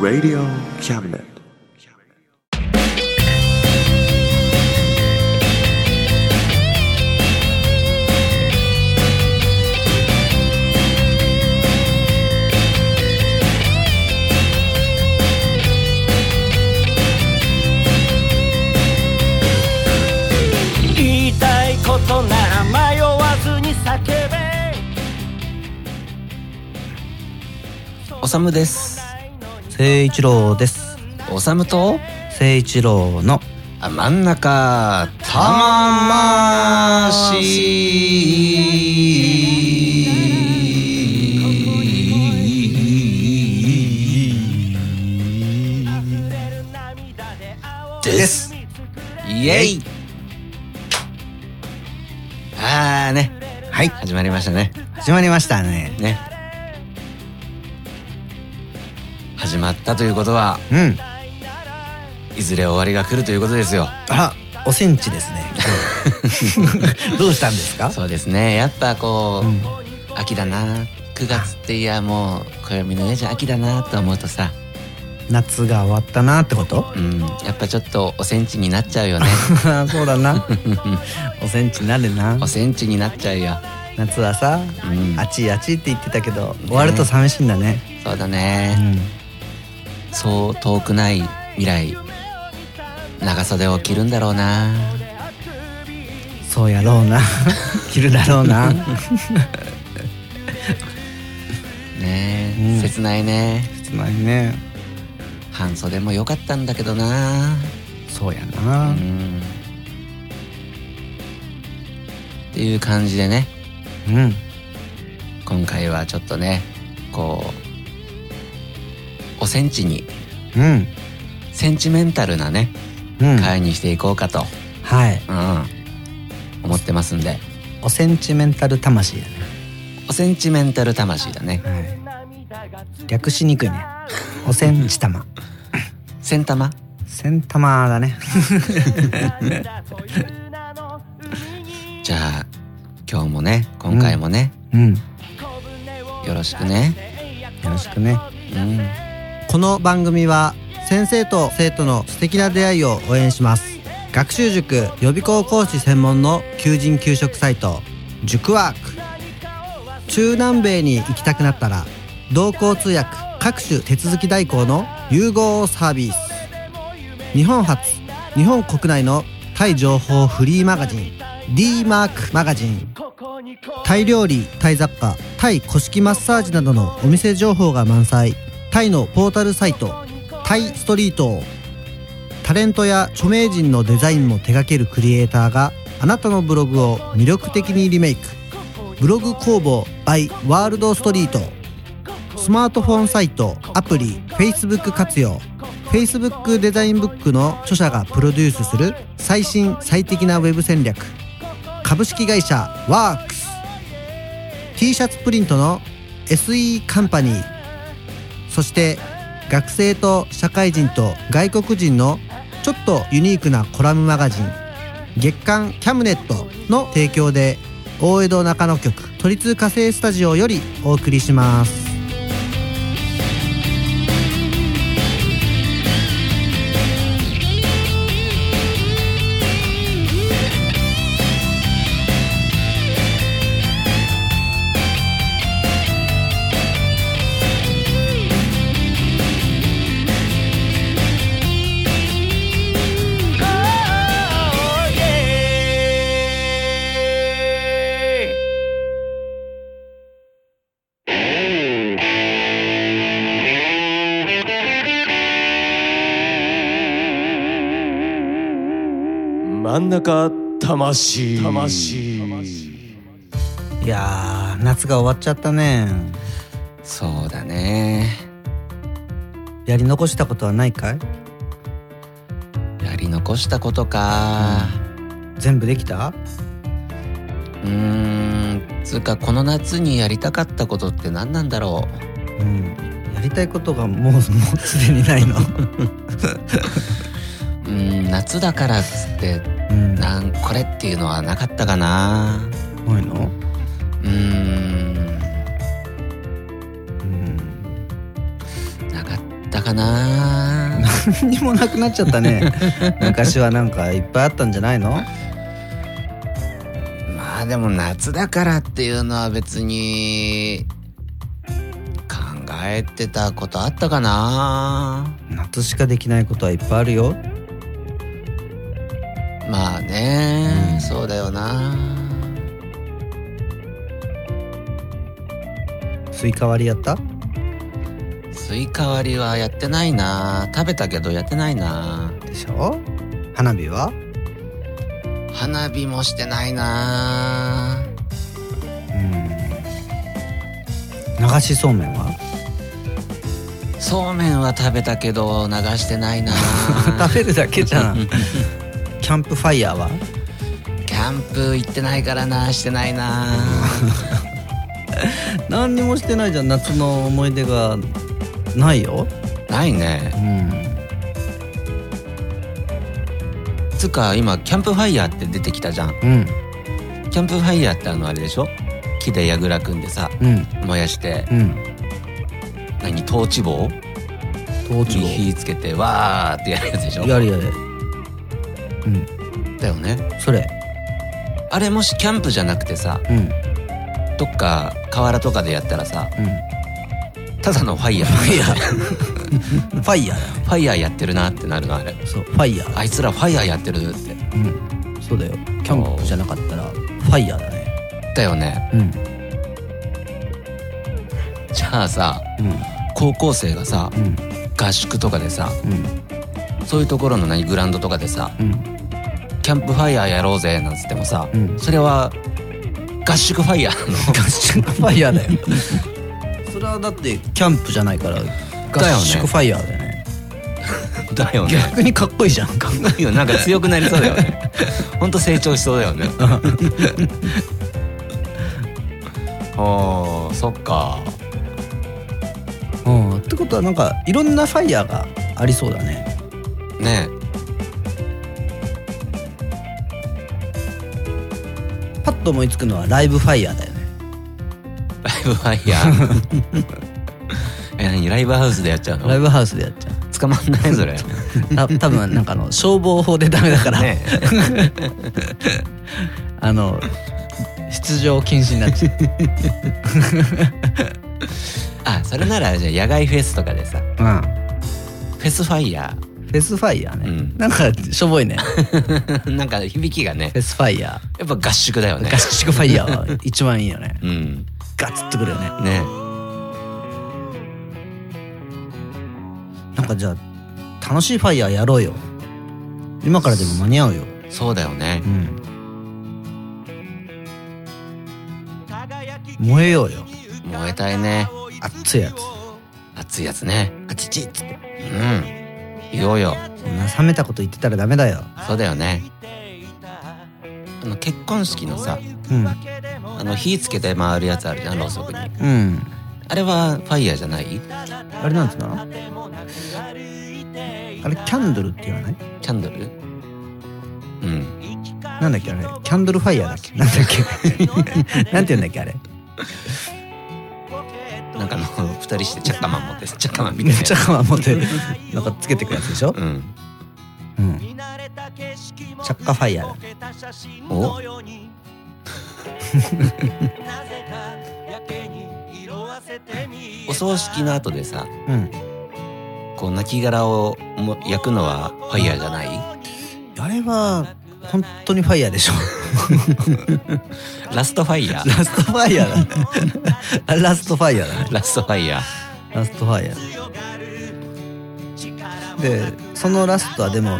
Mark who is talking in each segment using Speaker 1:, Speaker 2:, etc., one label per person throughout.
Speaker 1: Radio Cabinet.
Speaker 2: 言いたいことなら迷わずに叫べ
Speaker 3: おさむです
Speaker 4: 聖一郎です
Speaker 3: おさむと
Speaker 4: 聖一郎の
Speaker 3: あ真ん中魂
Speaker 4: です
Speaker 3: イエイああね
Speaker 4: はい
Speaker 3: 始まりましたね
Speaker 4: 始まりましたね
Speaker 3: ね始まったということは
Speaker 4: うん
Speaker 3: いずれ終わりが来るということですよ
Speaker 4: あらおセンチですねどうしたんですか
Speaker 3: そうですねやっぱこう、
Speaker 4: うん
Speaker 3: 秋だな9月っていやもう暦の上じゃ秋だなと思うとさ、
Speaker 4: 夏が終わったなってこと
Speaker 3: うん、やっぱちょっとおセンチになっちゃうよね
Speaker 4: そうだな おセンチなるな
Speaker 3: おセンチになっちゃうよ、
Speaker 4: 夏はさ
Speaker 3: うん、
Speaker 4: あちいあちいって言ってたけど終わると寂しいんだね
Speaker 3: そうだね、そう遠くない未来長袖を着るんだろうな
Speaker 4: うんそうやろうな 着るだろう な
Speaker 3: ね、
Speaker 4: うん
Speaker 3: 切ないね
Speaker 4: つまりね
Speaker 3: 半袖も良かったんだけどな
Speaker 4: そうや
Speaker 3: う
Speaker 4: な
Speaker 3: んっていう感じでね
Speaker 4: うん
Speaker 3: 今回はちょっとねこうおセンチに
Speaker 4: うん
Speaker 3: センチメンタルなね
Speaker 4: うん
Speaker 3: 会にしていこうかと、
Speaker 4: はい
Speaker 3: うん、思ってますんで
Speaker 4: おセンチメンタル魂やね
Speaker 3: おセンチメンタル魂だね
Speaker 4: はい、略しにくいねおせんちたま
Speaker 3: センタマ
Speaker 4: せんたまだね
Speaker 3: じゃあ今日もね今回もね、
Speaker 4: うんよ
Speaker 3: よろしくね
Speaker 4: ろしくね
Speaker 3: うん
Speaker 4: この番組は先生と生徒の素敵な出会いを応援します学習塾予備校講師専門の求人・求職サイト塾ワーク中南米に行きたくなったら同行通訳各種手続き代行の融合サービス日本初日本国内のタイ情報フリーマガジン D マークマガジンタイ料理タイ雑貨タイ古式マッサージなどのお店情報が満載タイのポータルサイトタイストリートをタレントや著名人のデザインも手掛けるクリエイターがあなたのブログを魅力的にリメイクブログ工房 by ワールドストリートスマートフォンサイトアプリ Facebook 活用 Facebook デザインブックの著者がプロデュースする最新最適なウェブ戦略株式会社ワークス t シャツプリントの SE カンパニーそして学生と社会人と外国人のちょっとユニークなコラムマガジン月刊キャムネットの提供で大江戸中野局都立火星スタジオよりお送りします
Speaker 5: 真ん中魂魂
Speaker 4: いやー夏が終わっちゃったね
Speaker 3: そうだね
Speaker 4: やり残したことはないかい
Speaker 3: やり残したことか
Speaker 4: 全部できた
Speaker 3: うーんつうかこの夏にやりたかったことって何なんだろ
Speaker 4: うんやりたいことがもうも うすでにない の
Speaker 3: ううーん夏だからっつって
Speaker 4: うんな
Speaker 3: なんこれっていうのはなかったかない
Speaker 4: の
Speaker 3: うーんったかな
Speaker 4: 何もなくなっちゃった ね昔はなんかいっぱいあったんじゃないの
Speaker 3: まあでも夏だからっていうのは別に考えてたことあったかな
Speaker 4: 夏しかできないことはいっぱいあるよ
Speaker 3: まあね、
Speaker 4: うん
Speaker 3: そうだよな
Speaker 4: スイカ割りやった
Speaker 3: スイカ割りはやってないな食べたけどやってないな
Speaker 4: でしょ花火は
Speaker 3: 花火もしてないな
Speaker 4: うん流しそうめん は
Speaker 3: そうめんは食べたけど流してない な
Speaker 4: 食べるだけじゃん キャンプファイヤーは
Speaker 3: キャンプ行ってないからなしてないな
Speaker 4: 何にもしてないじゃん夏の思い出がないよ
Speaker 3: ないね
Speaker 4: うん
Speaker 3: つうか今キャンプファイヤーって出てきたじゃん
Speaker 4: うん
Speaker 3: キャンプファイヤーってあのあれでしょ木で櫓組んでさ
Speaker 4: うん
Speaker 3: 燃やして
Speaker 4: うん
Speaker 3: 何トーチ棒
Speaker 4: トー
Speaker 3: に火つけてわーってやるやつでしょ
Speaker 4: やるやるうん
Speaker 3: だよね
Speaker 4: それ
Speaker 3: あれもしキャンプじゃなくてさ
Speaker 4: うんうん
Speaker 3: どっか河原とかでやったらさただのファイヤー ファイヤー
Speaker 4: フ
Speaker 3: フ
Speaker 4: ァイヤーだ
Speaker 3: ァイヤーやってるなってなるのあれ
Speaker 4: そうファイヤー
Speaker 3: あいつらファイヤーやってるって
Speaker 4: うんそうだよキャンプじゃなかったらファイヤーだね
Speaker 3: だよね
Speaker 4: うん
Speaker 3: じゃあさ高校生がさ
Speaker 4: うん
Speaker 3: 合宿とかでさ
Speaker 4: うん
Speaker 3: そういうところの何グラウンドとかでさ
Speaker 4: うん
Speaker 3: キャンプファイヤーやろうぜなんつってもさ、
Speaker 4: うん
Speaker 3: それは合宿ファイヤーなの
Speaker 4: ファイヤーだよ それはだってキャンプじゃないから
Speaker 3: よね
Speaker 4: 合宿ファイヤーだよね
Speaker 3: だよね
Speaker 4: 逆にかっこいいじゃんか
Speaker 3: いやなんか強くなりそうだよ ねほんと成長しそうだ よねあーそっか
Speaker 4: うんってことはなんかいろんなファイヤーがありそうだね
Speaker 3: ね
Speaker 4: パッと思いつくのはライブファイヤーだよね
Speaker 3: えライブファイヤー え何ライブハウスでやっちゃう
Speaker 4: ライ
Speaker 3: の
Speaker 4: ブハウスでやっち ゃう
Speaker 3: 捕まんないそ れ
Speaker 4: た多分なんかあの消防法でダメだから、
Speaker 3: ね
Speaker 4: あの出場禁止になっちゃう
Speaker 3: あそれならじゃあ野外フェスとかでさ
Speaker 4: うん
Speaker 3: フェスファイヤ
Speaker 4: フェスファイヤーね、
Speaker 3: うん
Speaker 4: なんかしょぼい ねフ
Speaker 3: ー なんか響きがね
Speaker 4: ェスファイヤ
Speaker 3: やっぱ合宿だよね
Speaker 4: ー合宿ファイヤーは一番いいよね
Speaker 3: うん
Speaker 4: ガツッとくるよね
Speaker 3: ね
Speaker 4: なんかじゃあ楽しいファイヤーやろうよ今からでも間に合うよ
Speaker 3: そうだよね
Speaker 4: うん燃えようよ
Speaker 3: 燃えたいね
Speaker 4: 熱いやつ
Speaker 3: 熱いやつねカチチッつってうん言おうよ
Speaker 4: そんな冷めたこと言ってたらダメだよ
Speaker 3: そうだよねあの結婚式のさ
Speaker 4: うん
Speaker 3: あの火つけて回るやつあるじゃんろうそくに
Speaker 4: うん
Speaker 3: あれはファイヤーじゃない
Speaker 4: あれなんですかあれキャンドルって言わ ない
Speaker 3: キャンドルうん
Speaker 4: なんだっけあれキャンドルファイヤーだっけ なんだっけなんて言うんだっけあれ
Speaker 3: なんかあの2人してチャッカマン持ってチャッカマンみ
Speaker 4: め
Speaker 3: たい
Speaker 4: っちゃ
Speaker 3: な
Speaker 4: かま持ってなんかつけてくやつでしょ、
Speaker 3: うん
Speaker 4: うん、チャッカファイヤーだね
Speaker 3: おお葬式の後でさ
Speaker 4: うん
Speaker 3: こう亡骸をも焼くのはファイヤーじゃない
Speaker 4: あれは本当にファイヤーでしょ
Speaker 3: ラストファイヤー
Speaker 4: ラストファイヤーだねあれラストファイヤーだね
Speaker 3: ラストファイヤー
Speaker 4: ラストファイヤーでそのラストはでも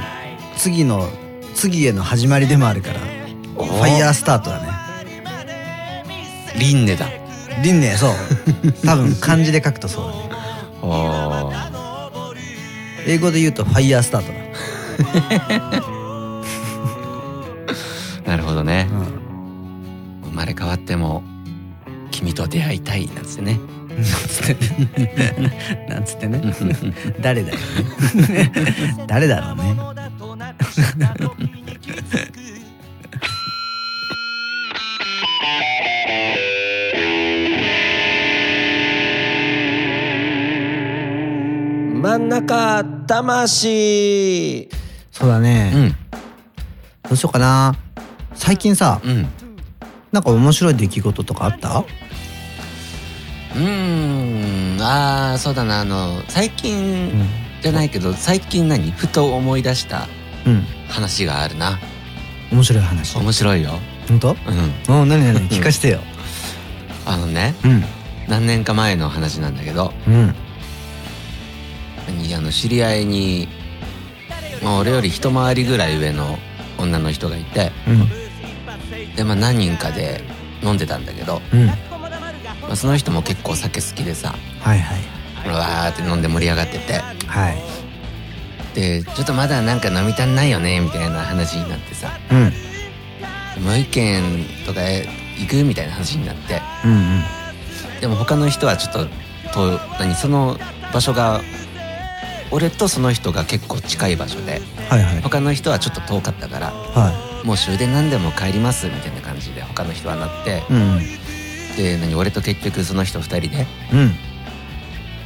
Speaker 4: 次の次への始まりでもあるから
Speaker 3: お
Speaker 4: ファイヤースタートだね
Speaker 3: リンネだ
Speaker 4: 輪廻そう多分漢字で書くとそうだね
Speaker 3: おー
Speaker 4: 英語で言うとファイヤースタートだ
Speaker 3: なるほどね、生まれ変わっても君と出会いたいなんつってね
Speaker 4: なんつってなんつって ね誰だよね 誰だろうね
Speaker 5: ま真ん中魂
Speaker 4: そうだね、
Speaker 3: うん
Speaker 4: どうしようかな最近さ
Speaker 3: うん
Speaker 4: なんか面白い出来事とかあった
Speaker 3: うーんああそうだなあの最近
Speaker 4: うん
Speaker 3: じゃないけど最近何ふと思い出した
Speaker 4: うん
Speaker 3: 話があるな
Speaker 4: 面白い話
Speaker 3: 面白いよ
Speaker 4: 本当
Speaker 3: うん
Speaker 4: うん何何 聞かせてよ
Speaker 3: あのね
Speaker 4: うん
Speaker 3: 何年か前の話なんだけど
Speaker 4: うん
Speaker 3: 何あの知り合いに、まあ、俺より一回りぐらい上の女の人がいて
Speaker 4: うん
Speaker 3: でまあ何人かで飲んでたんだけど、
Speaker 4: うん
Speaker 3: まあ、その人も結構酒好きでさ
Speaker 4: はいはいう
Speaker 3: わーって飲んで盛り上がってて
Speaker 4: はい
Speaker 3: でちょっとまだなんか飲み足んないよねみたいな話になってさ
Speaker 4: うん
Speaker 3: もう一軒とかへ行くみたいな話になって
Speaker 4: うんうん
Speaker 3: でも他の人はちょっとと何その場所が俺とその人が結構近い場所で
Speaker 4: はいはい
Speaker 3: 他の人はちょっと遠かったから
Speaker 4: は
Speaker 3: もう終電何でも帰りますみたいな感じで他の人はなって
Speaker 4: いうん
Speaker 3: で何俺と結局その人2人で、
Speaker 4: うん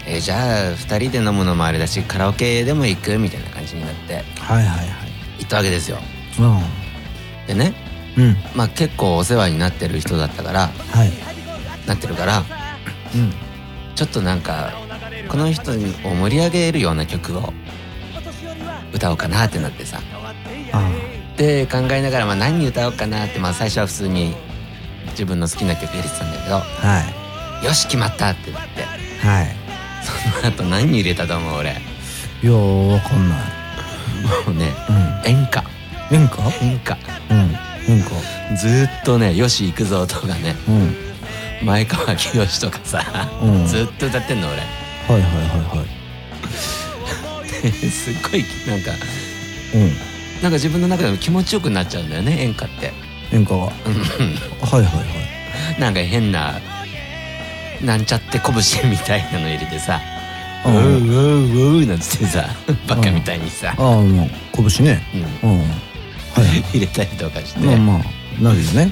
Speaker 3: えーじゃあ2人で飲むのもあれだしカラオケでも行くみたいな感じになって
Speaker 4: はいはいはい
Speaker 3: 行ったわけですよでね
Speaker 4: うんうん
Speaker 3: まあ結構お世話になってる人だったから
Speaker 4: はい
Speaker 3: なってるから
Speaker 4: うん
Speaker 3: ちょっとなんかこの人を盛り上げるような曲を歌おうかなってなってさ
Speaker 4: あ
Speaker 3: で考えながらまあ何歌おうかなってまあ最初は普通に自分の好きな曲入れてたんだけど
Speaker 4: あはい
Speaker 3: よし決まったってなって
Speaker 4: はい
Speaker 3: その後何入れたと思う俺
Speaker 4: いやーわかんない
Speaker 3: もうね
Speaker 4: うん
Speaker 3: 演歌
Speaker 4: 演歌
Speaker 3: 演歌
Speaker 4: うん演歌
Speaker 3: ずーっとね「よし行くぞ」とかね
Speaker 4: うん
Speaker 3: 前川清とかさ、
Speaker 4: うん
Speaker 3: ずーっと歌ってんの俺
Speaker 4: はいはいはいはい
Speaker 3: すっごいなんか
Speaker 4: う
Speaker 3: なんか自分の中でも気持ちよくなっちゃうんだよね演歌って
Speaker 4: ん演歌がは
Speaker 3: うん
Speaker 4: いはいはい
Speaker 3: なんか変ななんちゃって拳みたいなの入れてさ「う
Speaker 4: う
Speaker 3: うんううう」なんつってさバカみたいにさ、
Speaker 4: ああもう拳ね
Speaker 3: うん
Speaker 4: うんは
Speaker 3: 入れたりとかして、
Speaker 4: いまあまあなるよね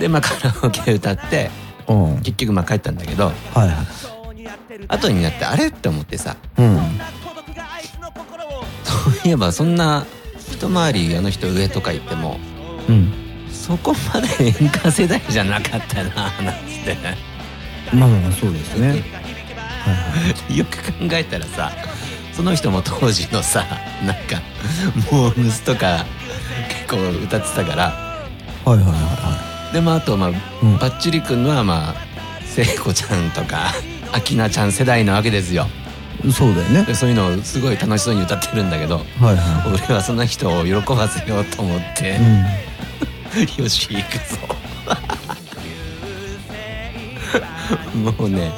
Speaker 3: でまあカラオケ歌って
Speaker 4: うんうんはい
Speaker 3: 結局まあ帰ったんだけど
Speaker 4: はい
Speaker 3: 後になってあれって思ってさ
Speaker 4: うん
Speaker 3: そういえばそんな一回りあの人上とか言っても
Speaker 4: うん
Speaker 3: そこまで演歌世代じゃなかったななんつって
Speaker 4: まあまあそうですねはいは い
Speaker 3: よく考えたらさその人も当時のさなんかモームスとか結構歌ってたから
Speaker 4: はいはいはいは
Speaker 3: でもあとまあ、
Speaker 4: うん
Speaker 3: バッチリくんのはまあ聖子ちゃんとかアキナちゃん世代なわけですよ
Speaker 4: いそうだよね
Speaker 3: でそういうのをすごい楽しそうに歌ってるんだけど
Speaker 4: はいは
Speaker 3: 俺はそんな人を喜ばせようと思って
Speaker 4: いうん
Speaker 3: 「 よし行くぞ」もうね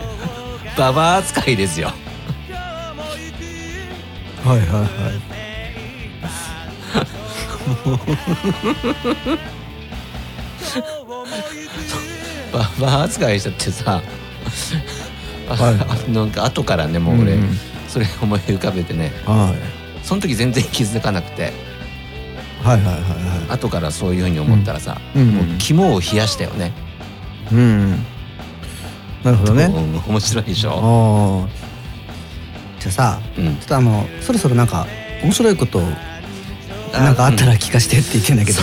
Speaker 3: ババア扱いですよ
Speaker 4: はいはいはい
Speaker 3: ババア扱いしちゃってさ、あ
Speaker 4: は
Speaker 3: あ なんか後からねもう俺、
Speaker 4: うんうん
Speaker 3: それ思い浮かべてね
Speaker 4: はい
Speaker 3: その時全然気づかなくて
Speaker 4: はいはいはいは
Speaker 3: 後からそういうふうに思ったらさ、
Speaker 4: うん
Speaker 3: もう肝を冷やしたよね
Speaker 4: いうんなるほどね
Speaker 3: うん面白いでしょ、
Speaker 4: ああじゃあさ
Speaker 3: うん
Speaker 4: ちょ、っとあのそろそろなんか面白いことをなんかあったら聞かしてって言ってんだけど、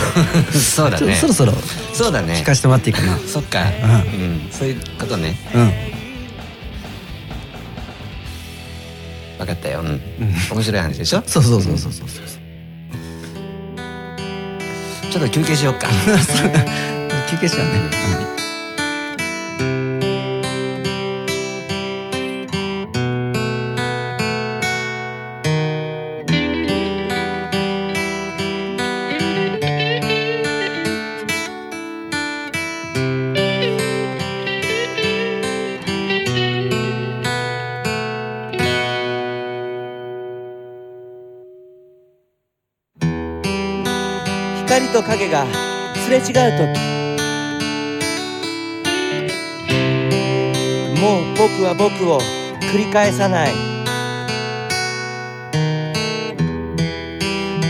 Speaker 3: そうだ
Speaker 4: ちょ
Speaker 3: ね
Speaker 4: そろそろ
Speaker 3: そうだね
Speaker 4: 聞かしてもらっていいかな
Speaker 3: そっか、
Speaker 4: う
Speaker 3: うん、そういうことね
Speaker 4: うん
Speaker 3: 分かったよ、うん面白い話でしょ
Speaker 4: そうそうそうそうそうそう
Speaker 3: ちょっと休憩しよう か
Speaker 4: 休憩しようね
Speaker 2: 光と影がすれ違う時もう僕は僕を繰り返さない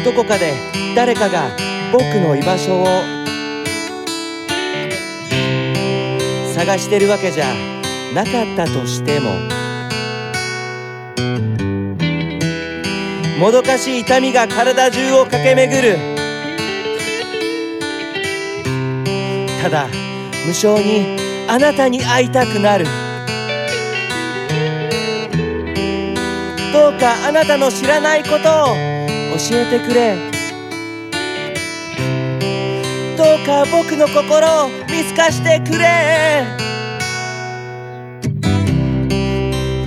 Speaker 2: どこかで誰かが僕の居場所を探してるわけじゃなかったとしてももどかしい痛みが体中を駆け巡るただ無性にあなたに会いたくなるどうかあなたの知らないことを教えてくれどうか僕の心を見透かしてくれ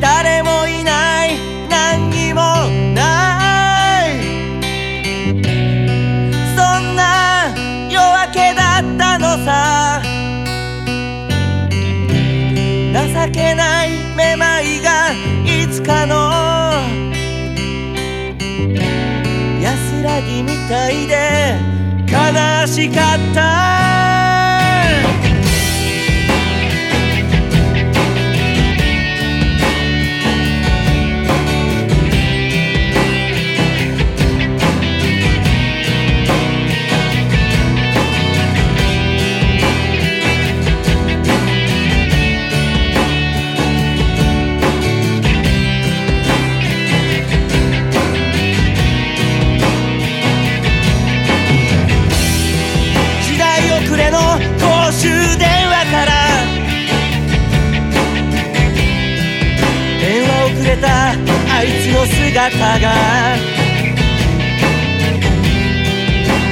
Speaker 2: 誰もいない何にもないそんな夜明けだったのさ情けないめまいがいつかの安らぎみたいで悲しかった時代遅れの公衆電話から電話をくれたあいつの姿が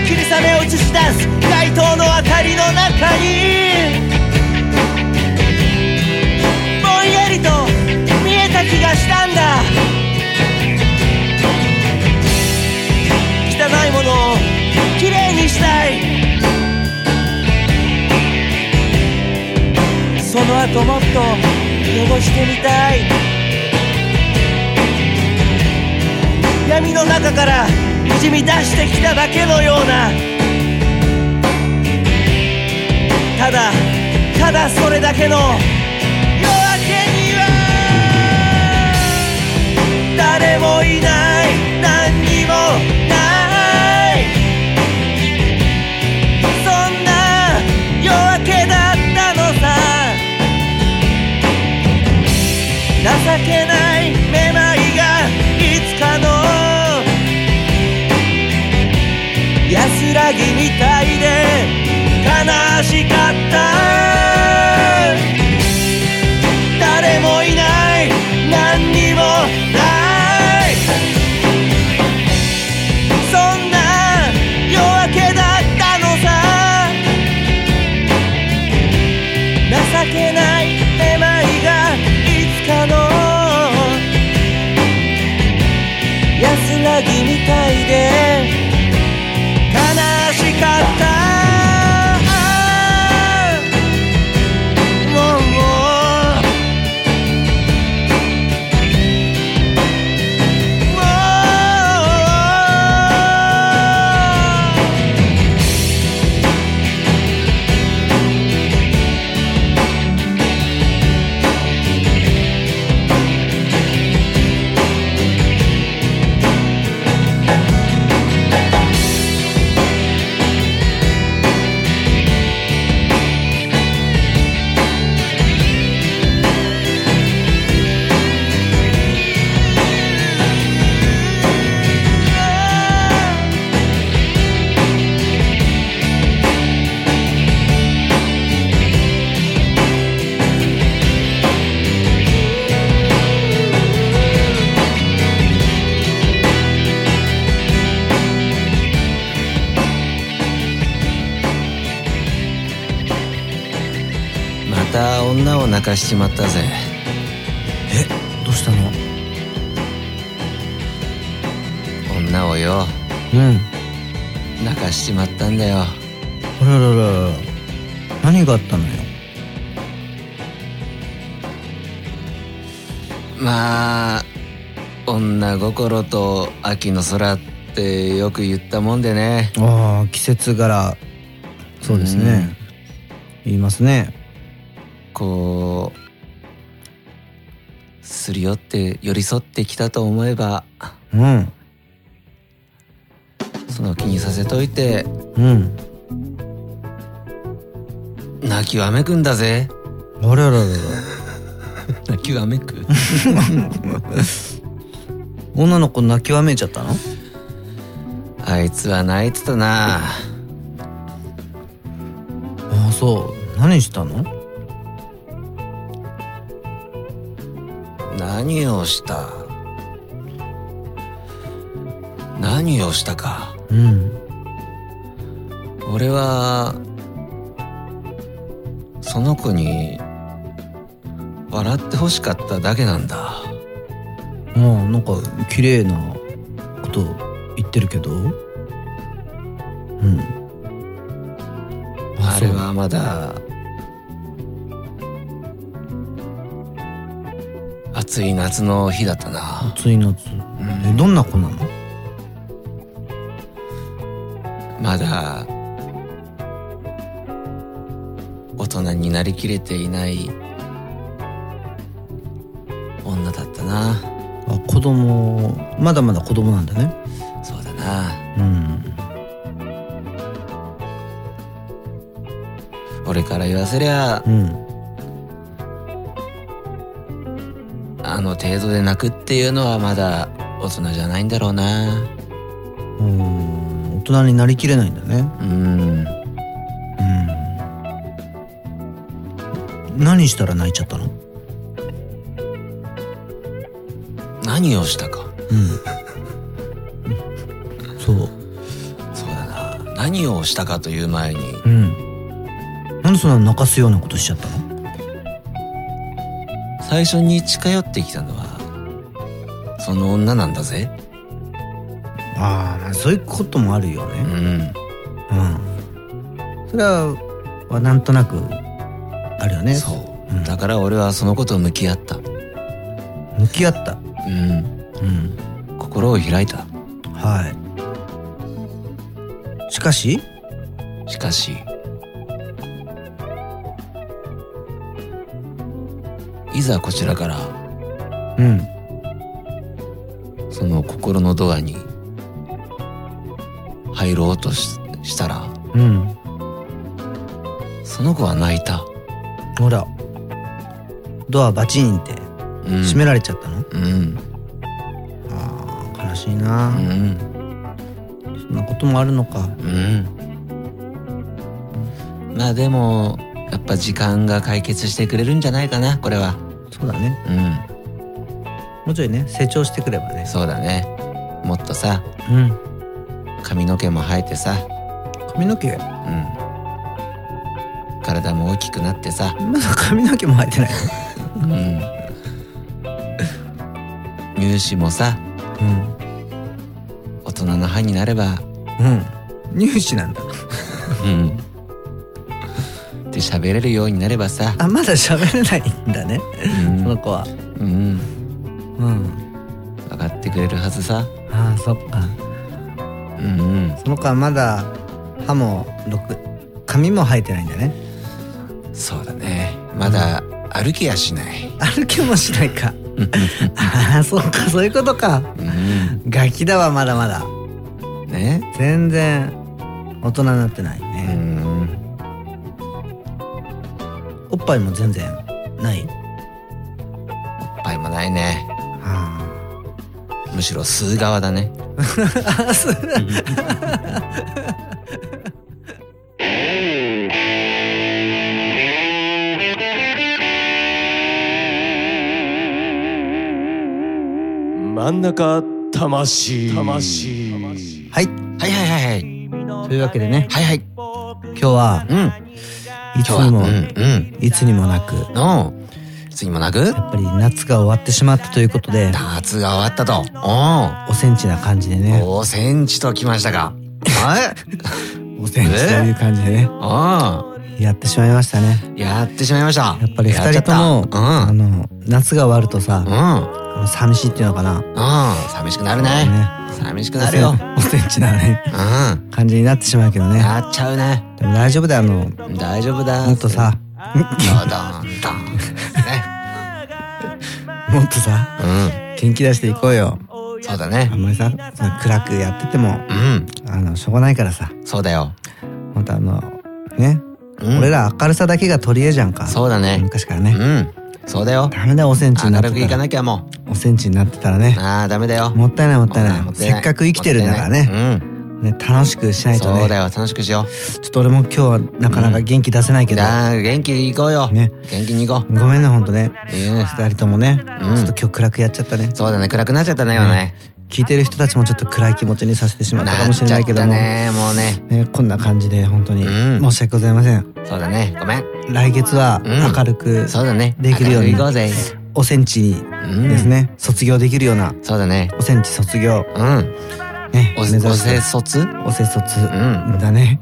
Speaker 2: 霧雨を映し出す街灯の明かりの中にぼんやりと見えた気がしたんだ汚いものをきれいにしたいその後もっと汚してみたい闇の中からにじみ出してきただけのようなただただそれだけの夜明けには誰もいない何にもないそんな夜明けだったのさ情けないめまいがいつかの安らぎみたいで悲しかった誰もいない何にもないそんな夜明けだったのさ情けないめまいがいつかの安らぎみたいで悲しかったもうもう
Speaker 3: また女を泣かしちまったぜ
Speaker 4: えどうしたの
Speaker 3: 女をよ
Speaker 4: うん
Speaker 3: 泣かしちまったんだよ
Speaker 4: あらららら何があったのよ
Speaker 3: まあ女心と秋の空ってよく言ったもんでね
Speaker 4: ああ季節柄そうですね、言いますね
Speaker 3: こうすり寄って寄り添ってきたと思えば
Speaker 4: うん
Speaker 3: その気にさせといて
Speaker 4: うん
Speaker 3: 泣きわめくんだぜ
Speaker 4: あらららら
Speaker 3: 泣きわめく
Speaker 4: 女の子泣きわめいちゃったの
Speaker 3: あいつは泣いてたな
Speaker 4: ああそう何したの
Speaker 3: 何をした何をしたか
Speaker 4: うん
Speaker 3: 俺はその子に笑ってほしかっただけなんだ
Speaker 4: ああなんか綺麗なこと言ってるけどうん
Speaker 3: あれはまだ暑い夏の日だったな
Speaker 4: 暑い夏えどんな子なの
Speaker 3: まだ大人になりきれていない女だったな
Speaker 4: あ子供まだまだ子供なんだね
Speaker 3: そうだな
Speaker 4: うん
Speaker 3: 俺から言わせりゃ
Speaker 4: うん
Speaker 3: あの程度で泣くっていうのはまだ大人じゃないんだろうな
Speaker 4: うん大人になりきれないんだね
Speaker 3: うん
Speaker 4: うん何したら泣いちゃったの
Speaker 3: 何をしたか
Speaker 4: うん。そう。
Speaker 3: そうだな何をしたかという前に
Speaker 4: うん。なんでそんな泣かすようなことしちゃったの
Speaker 3: 最初に近寄ってきたのはその女なんだぜ
Speaker 4: ああ、まあそういうこともあるよ
Speaker 3: う
Speaker 4: ね。
Speaker 3: ん
Speaker 4: うん。それは、はなんとなく、あるよね。
Speaker 3: そう、
Speaker 4: うん
Speaker 3: だから俺はそのことを向き合った
Speaker 4: 向き合った。
Speaker 3: うん
Speaker 4: うん。
Speaker 3: 心を開いた
Speaker 4: はい。しかし、
Speaker 3: しかしいざこちらから
Speaker 4: うん。
Speaker 3: その心のドアに入ろうとししたら
Speaker 4: うん。
Speaker 3: その子は泣いた、
Speaker 4: ほら。ドアバチンって
Speaker 3: うん、
Speaker 4: 閉められちゃったの、
Speaker 3: うん
Speaker 4: ああ、悲しいな、
Speaker 3: うん
Speaker 4: そんなこともあるのか。
Speaker 3: うんまあでもやっぱ時間が解決してくれるんじゃないかなこれは
Speaker 4: そうだね。
Speaker 3: う
Speaker 4: もうちょいね、成長してくればね
Speaker 3: ん。そうだねもっとさ
Speaker 4: うん。
Speaker 3: 髪の毛も生えてさ
Speaker 4: 髪の毛
Speaker 3: うん体も大きくなってさ
Speaker 4: まだ髪の毛も生えてない
Speaker 3: うん 乳歯もさ大人の歯になれば
Speaker 4: うんうん乳歯なんだ
Speaker 3: うんで喋れるようになればさ
Speaker 4: あまだ喋れないんだね
Speaker 3: うん
Speaker 4: その子は
Speaker 3: うん
Speaker 4: うん
Speaker 3: 分かってくれるはずさ
Speaker 4: ああそっか
Speaker 3: うんうん
Speaker 4: その子はまだ歯もろく髪も生えてないんだね
Speaker 3: そうだねまだ歩きやしない
Speaker 4: 歩きもしないかああそっかそういうことか
Speaker 3: うん
Speaker 4: ガキだわまだまだ
Speaker 3: ね
Speaker 4: 全然大人になってないうね、
Speaker 3: ん
Speaker 4: おっぱいも全然ない
Speaker 3: おっぱいもないね
Speaker 4: あ
Speaker 3: むしろ吸う側だね
Speaker 4: あす
Speaker 5: 真ん中魂魂
Speaker 4: は
Speaker 3: は
Speaker 4: い
Speaker 3: いはいはいはい
Speaker 4: というわけでね
Speaker 3: はいはい
Speaker 4: 今日は
Speaker 3: うん
Speaker 4: い
Speaker 3: 今
Speaker 4: つ
Speaker 3: 日は
Speaker 4: に
Speaker 3: うん
Speaker 4: も、
Speaker 3: うん
Speaker 4: いつにもなく
Speaker 3: の次もなく
Speaker 4: やっぱり夏が終わってしまったということで
Speaker 3: 夏が終わったとお
Speaker 4: おセンチな感じでね
Speaker 3: お5センチときましたかはい
Speaker 4: おセンチという感じでね
Speaker 3: う
Speaker 4: やってしまいましたね
Speaker 3: んやってしまいました
Speaker 4: やっぱり
Speaker 3: や
Speaker 4: 二
Speaker 3: ちゃ
Speaker 4: 人とも、
Speaker 3: った
Speaker 4: あの夏が終わるとさ
Speaker 3: う、んうん
Speaker 4: 寂しいっていうのかな
Speaker 3: うん寂しくなるね寂しくなるよ
Speaker 4: おセンおセンチなね
Speaker 3: うん
Speaker 4: 感じになってしまうけどね
Speaker 3: やっちゃうね
Speaker 4: でも大丈夫だよあの
Speaker 3: 大丈夫だ
Speaker 4: もっとさ
Speaker 3: ドドンドンね
Speaker 4: もっとさ
Speaker 3: う
Speaker 4: 元気出していこうよ
Speaker 3: んそうだね
Speaker 4: あんまりさその暗くやってても
Speaker 3: うん
Speaker 4: あのしょうがないからさ
Speaker 3: そうだよ
Speaker 4: またあのね、
Speaker 3: うん
Speaker 4: 俺ら明るさだけが取り柄じゃんか
Speaker 3: そうだね
Speaker 4: 昔からね、
Speaker 3: うんそうだよ。
Speaker 4: ダメだよおセンチになっ
Speaker 3: 明る
Speaker 4: て
Speaker 3: くい
Speaker 4: た
Speaker 3: からなきゃも
Speaker 4: おセンチになってたらね
Speaker 3: う。ああ、ダメだよ。
Speaker 4: もったいないもったいない
Speaker 3: もったい
Speaker 4: せ
Speaker 3: ない
Speaker 4: っかく生きてるんだからね
Speaker 3: うん。
Speaker 4: ね楽しくしないと
Speaker 3: そうだ
Speaker 4: ね
Speaker 3: よ。楽しくしよう。
Speaker 4: ちょっと俺も今日はなかなか元気出せないけど、
Speaker 3: だー元気に行こうよ。
Speaker 4: ね
Speaker 3: 元気に行こう。
Speaker 4: ごめんねほんとね
Speaker 3: いいね
Speaker 4: 二人ともね、
Speaker 3: ん
Speaker 4: ちょっと今日暗くやっちゃったね
Speaker 3: そうだね。暗くなっちゃったね、今ね。
Speaker 4: 聞いてる人たちもちょっと暗い気持ちにさせてしまったかもしれないけども
Speaker 3: なっちゃったね、もうね。
Speaker 4: ね、こんな感じで本当に
Speaker 3: うん
Speaker 4: 申し訳ございません、
Speaker 3: そうだね。ごめん。
Speaker 4: 来月は
Speaker 3: うん
Speaker 4: 明るく
Speaker 3: そうだね。
Speaker 4: できるように
Speaker 3: 明く行こうぜ。
Speaker 4: おセンチ
Speaker 3: うん。
Speaker 4: ですね、卒業できるような
Speaker 3: そうだね。
Speaker 4: おセンチ卒業
Speaker 3: うん。
Speaker 4: ね
Speaker 3: お
Speaker 4: 目指
Speaker 3: せ、お
Speaker 4: して
Speaker 3: せ卒
Speaker 4: おせ卒
Speaker 3: ん
Speaker 4: だね、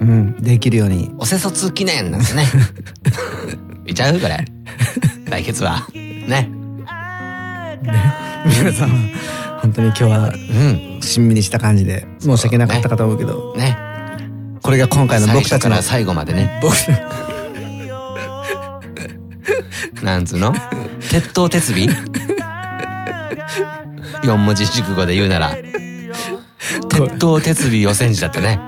Speaker 4: うん、できるように
Speaker 3: おせ卒記念なんです ね。いっちゃうこれ。来月は。ね。
Speaker 4: 皆さんは本当に今日は
Speaker 3: うん。
Speaker 4: しんみりした感じで申し訳なかったかと思うけど、
Speaker 3: ね。
Speaker 4: これが今回の僕
Speaker 3: 最初
Speaker 4: たち
Speaker 3: か
Speaker 4: の
Speaker 3: ら最後までね。
Speaker 4: 僕
Speaker 3: なんつうの鉄塔鉄尾四文字熟語で言うなら。鉄塔鉄尾予選時だったね。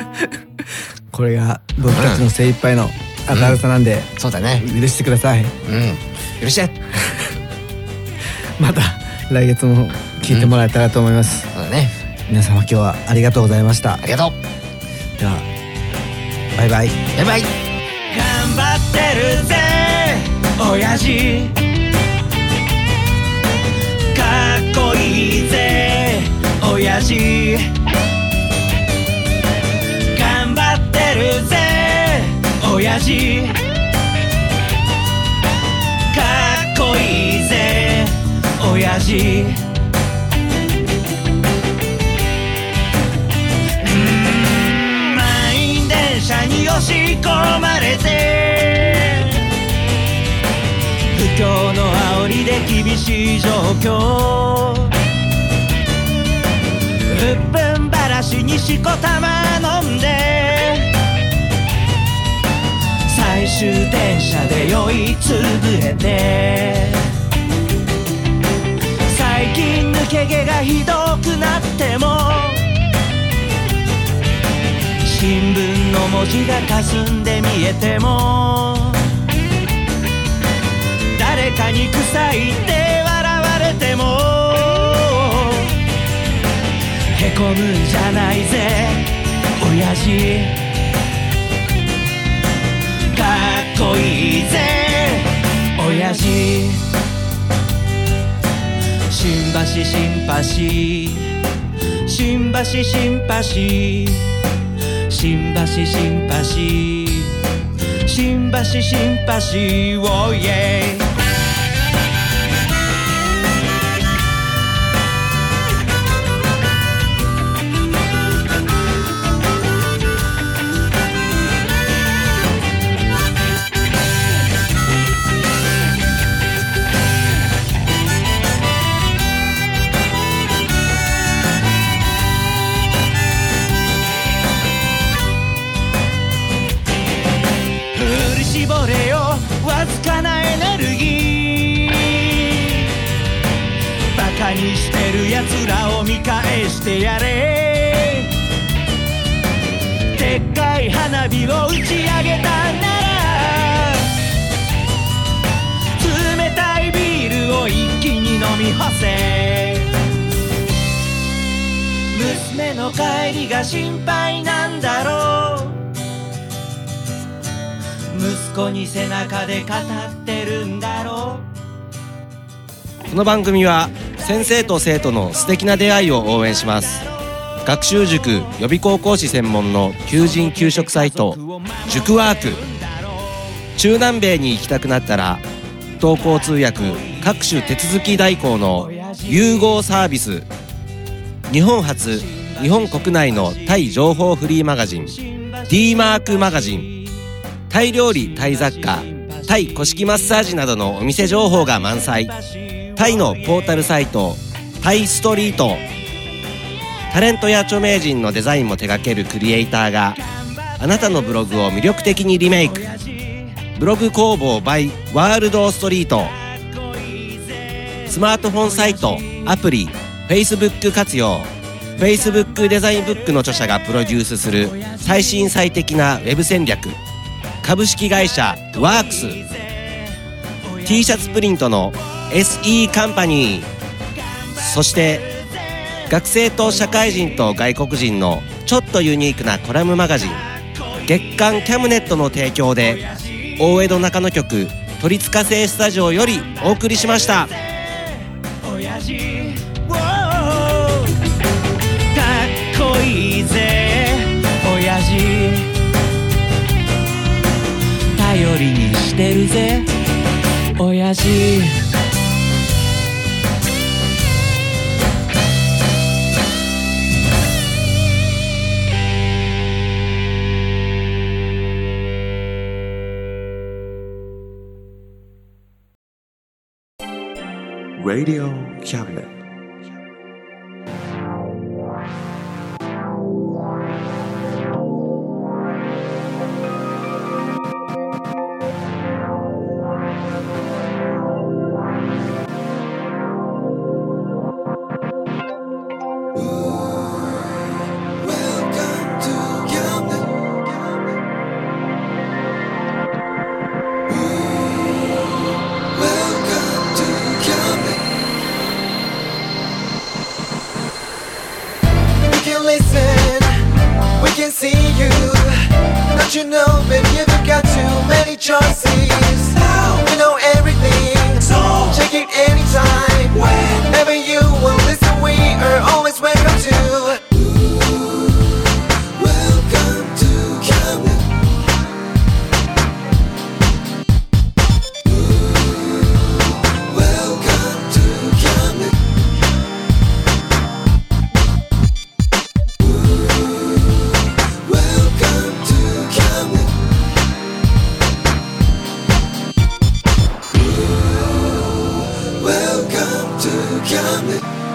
Speaker 4: これが僕たちの精一杯の明るさなんで
Speaker 3: そうだね。
Speaker 4: 許してください、
Speaker 3: うん。許して。
Speaker 4: また来月も聞いてもらえたらと思います、
Speaker 3: そうだね。
Speaker 4: 皆様今日はありがとうございました
Speaker 3: ありがとう。
Speaker 4: ではバイバイ
Speaker 3: バイバイ。
Speaker 2: 頑張ってるぜ親父かっこいいぜ親父頑張ってるぜ親父かっこいいぜ親父満員電車に押し込まれて不況の煽りで厳しい状況うっぷんばらしにしこたま飲んで最終電車で酔いつぶれて最近抜け毛がひどくなっても新聞の文字が霞んで見えても誰かに臭いって笑われてもへこむんじゃないぜ親父かっこいいぜ親父新橋シンパシー新橋シンパシー新橋新橋新橋新橋をイエイ振り絞れよわずかなエネルギーバカにしてるやつらを見返してやれでっかい花火を打ち上げたなら冷たいビールを一気に飲み干せ娘の帰りが心配なんだろう息子に背中で語ってるんだろう
Speaker 5: この番組は先生と生徒の素敵な出会いを応援します学習塾予備高校師専門の求人・求職サイト塾ワーク中南米に行きたくなったら不登校通訳各種手続き代行の融合サービス日本初日本国内のタイ情報フリーマガジン d マークマガジンタイ料理タイ雑貨タイ古式マッサージなどのお店情報が満載タイのポータルサイトタイストリートタレントや著名人のデザインも手掛けるクリエイターがあなたのブログを魅力的にリメイクブログ工房 by ワールドストリートスマートフォンサイトアプリ Facebook 活用 Facebook デザインブックの著者がプロデュースする最新最適なウェブ戦略株式会社ワークス
Speaker 2: T シャツプリントの SE カンパニーそして学生と社会人と外国人のちょっとユニークなコラムマガジン月刊キャムネットの提供で大江戸中野局鳥塚製スタジオよりお送りしました
Speaker 6: 親父 Wow かっこいいぜ親父頼りにしてるぜ親父
Speaker 1: Radio Cabinet.
Speaker 7: We can listen, we can see you. Don't you know, baby, you've got too many choices. We know everything, so check it anytime. Whenever you will listen, we are always welcome to. Welcome to Camden. Welcome to Camden. Welcome to Camden. Welcome to Camden.